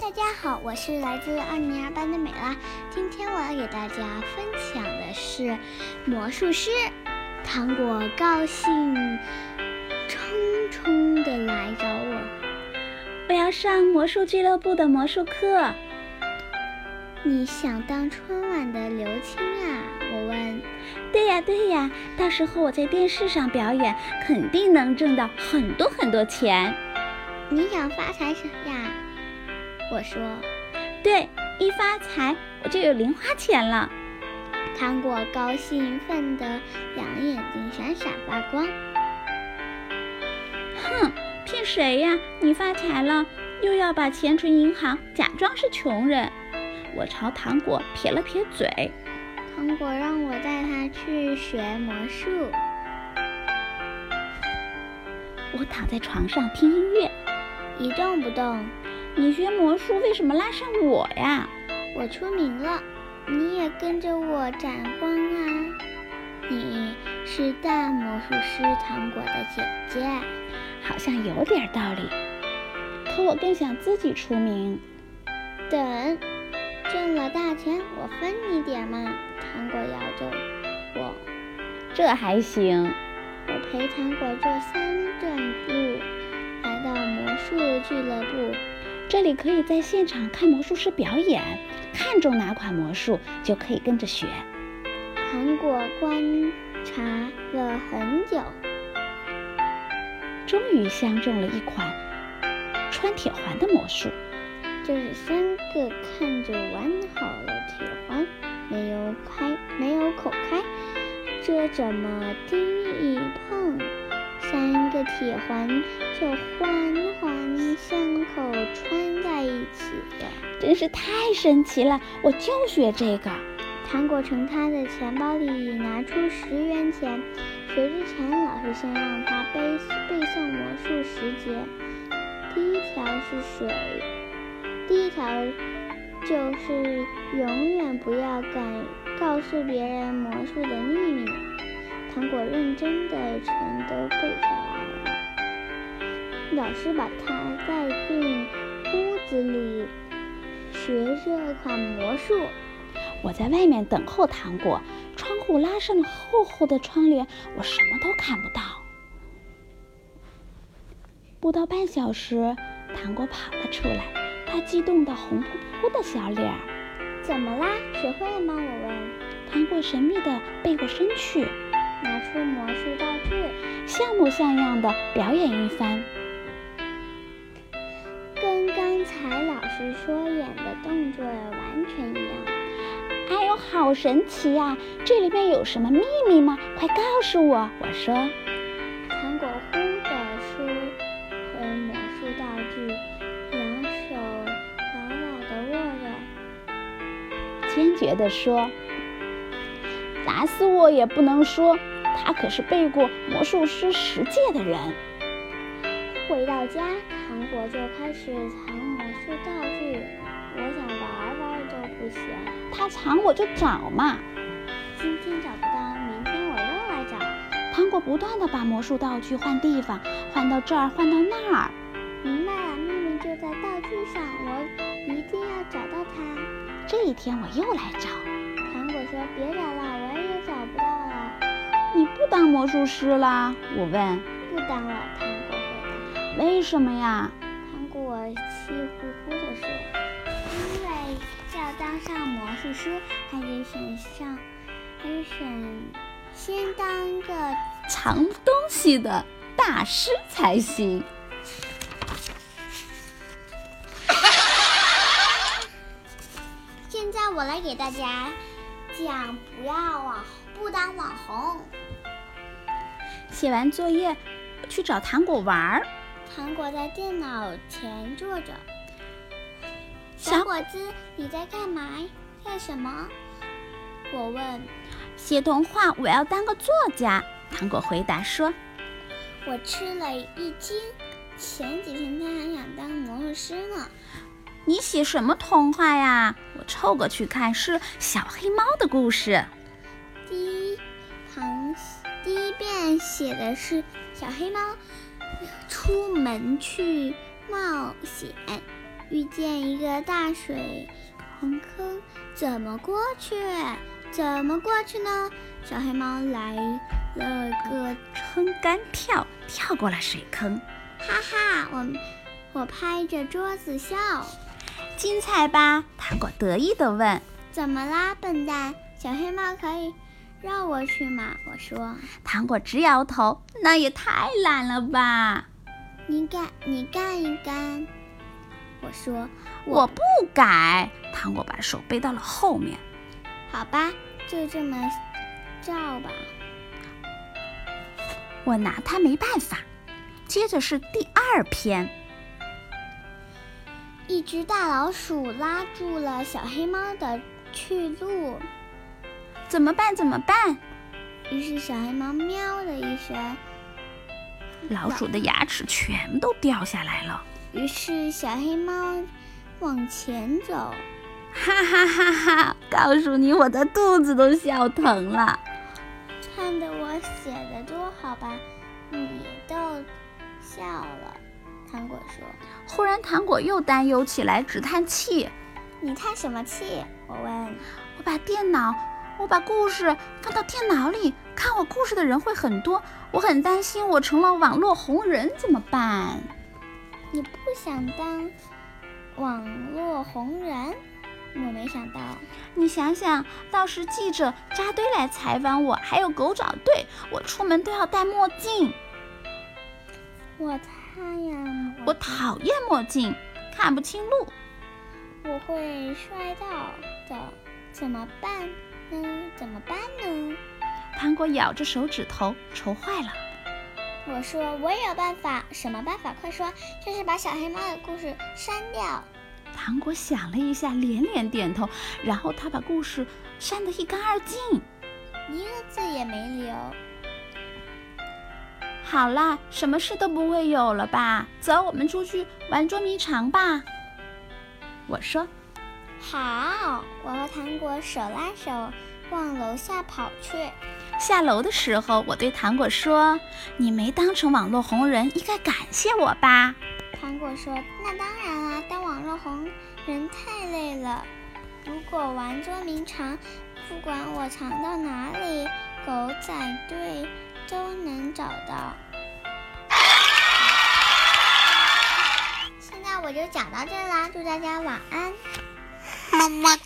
大家好，我是来自二年二班的美拉。今天我要给大家分享的是《魔术师》。糖果高兴冲冲的来找我，我要上魔术俱乐部的魔术课。你想当春晚的刘青啊？我问。对呀，对呀，到时候我在电视上表演，肯定能挣到很多很多钱。你想发财呀？我说。对，一发财我就有零花钱了。糖果高兴奋得两眼睛闪闪发光。哼，骗谁呀？你发财了，又要把钱存银行，假装是穷人。我朝糖果撇了撇嘴。糖果让我带他去学魔术。我躺在床上听音乐。一动不动。你学魔术为什么拉上我呀？我出名了，你也跟着我展光啊！你是大魔术师糖果的姐姐。好像有点道理，可我更想自己出名。等挣了大钱，我分你点嘛。糖果摇着我，这还行。我陪糖果坐三段路，来到魔术俱乐部。这里可以在现场看魔术师表演，看中哪款魔术就可以跟着学。糖果观察了很久，终于相中了一款穿铁环的魔术。这三个看着完好的铁环，没有开，没有口开，这怎么轻一碰，三个铁环就环环相扣穿在一起了。真是太神奇了！我就学这个。糖果从他的钱包里拿出十元钱，学之前老师先让他背背诵魔术十节，第一条是水，第一条就是永远不要敢告诉别人魔术的秘密。糖果认真的全都背下来了。老师把他带进屋子里学这款魔术。我在外面等候糖果，窗户拉上了厚厚的窗帘，我什么都看不到。不到半小时，糖果跑了出来，他激动的红扑扑的小脸儿。怎么啦？学会了吗？我问。糖果神秘的背过身去，拿出魔术道具，像模像样的表演一番。跟刚才老师说演的动作完全一样。哎呦，好神奇呀、这里面有什么秘密吗？快告诉我！我说。糖果忽地收回魔术道具，两手牢牢地握着。坚决地说：“打死我也不能说，他可是背过魔术师十戒的人。回到家，糖果就开始藏魔术道具。我想玩玩都不行，他藏我就找嘛。今天找不到，明天我又来找。”糖果不断地把魔术道具换地方，换到这儿，换到那儿。明白了，秘密就在道具上，我一定要找到它。这一天我又来找，糖果说：“别找了，我也找不到啊了。你不当魔术师啦？我问，”不当了，糖果回答。为什么呀？糖果气呼呼地说：“因为要当上魔术师，还得选上，还得选先当个藏东西的大师才行。现在我来给大家讲，不要网不当网红。写完作业，去找糖果玩儿。糖果在电脑前坐着，小小伙子，你在干嘛？干什么？我问。写童话，我要当个作家。糖果回答说我吃了一惊，前几天他还想当魔术师呢。：“你写什么童话呀？”我凑过去看，是小黑猫的故事。第一行第一遍写的是小黑猫出门去冒险，哎遇见一个大水洪坑，怎么过去？怎么过去呢？小黑猫来了个撑杆跳，跳过了水坑。哈哈，我我拍着桌子笑。精彩吧？糖果得意地问。怎么啦，笨蛋？小黑猫可以绕过去吗？我说。糖果直摇头，那也太懒了吧！你干，你干一干。我说。我不改。糖果把手背到了后面。好吧，就这么照吧。我拿它没办法。接着是第二篇。一只大老鼠拉住了小黑猫的去路，怎么办？怎么办？于是小黑猫喵的一声，老鼠的牙齿全都掉下来了。于是小黑猫往前走，哈哈哈哈！啊告诉你，我的肚子都笑疼了。看得我写的多好吧，你都笑了。糖果说。忽然，糖果又担忧起来，直叹气。你叹什么气？我问。我把电脑，我把故事放到电脑里，看我故事的人会很多，我很担心我成了网络红人怎么办？你不想当网络红人？我没想到。你想想，到时记者扎堆来采访我，还有狗爪队，我出门都要戴墨镜。我擦呀！我讨厌墨镜，看不清路。我会摔到的，怎么办呢？怎么办呢？糖果咬着手指头，愁坏了。我说我也有办法，什么办法？快说！就是把小黑猫的故事删掉。糖果想了一下，连连点头，然后他把故事删得一干二净，一个字也没留。好啦，什么事都不会有了吧？走，我们出去玩捉迷藏吧。我说，好。我和糖果手拉手往楼下跑去。下楼的时候，我对糖果说：“你没当成网络红人，应该感谢我吧。”糖果说：“那当然啦，当网络红人太累了。如果玩捉迷藏，不管我藏到哪里，狗仔队都能找到。”现在我就讲到这啦，祝大家晚安，么么。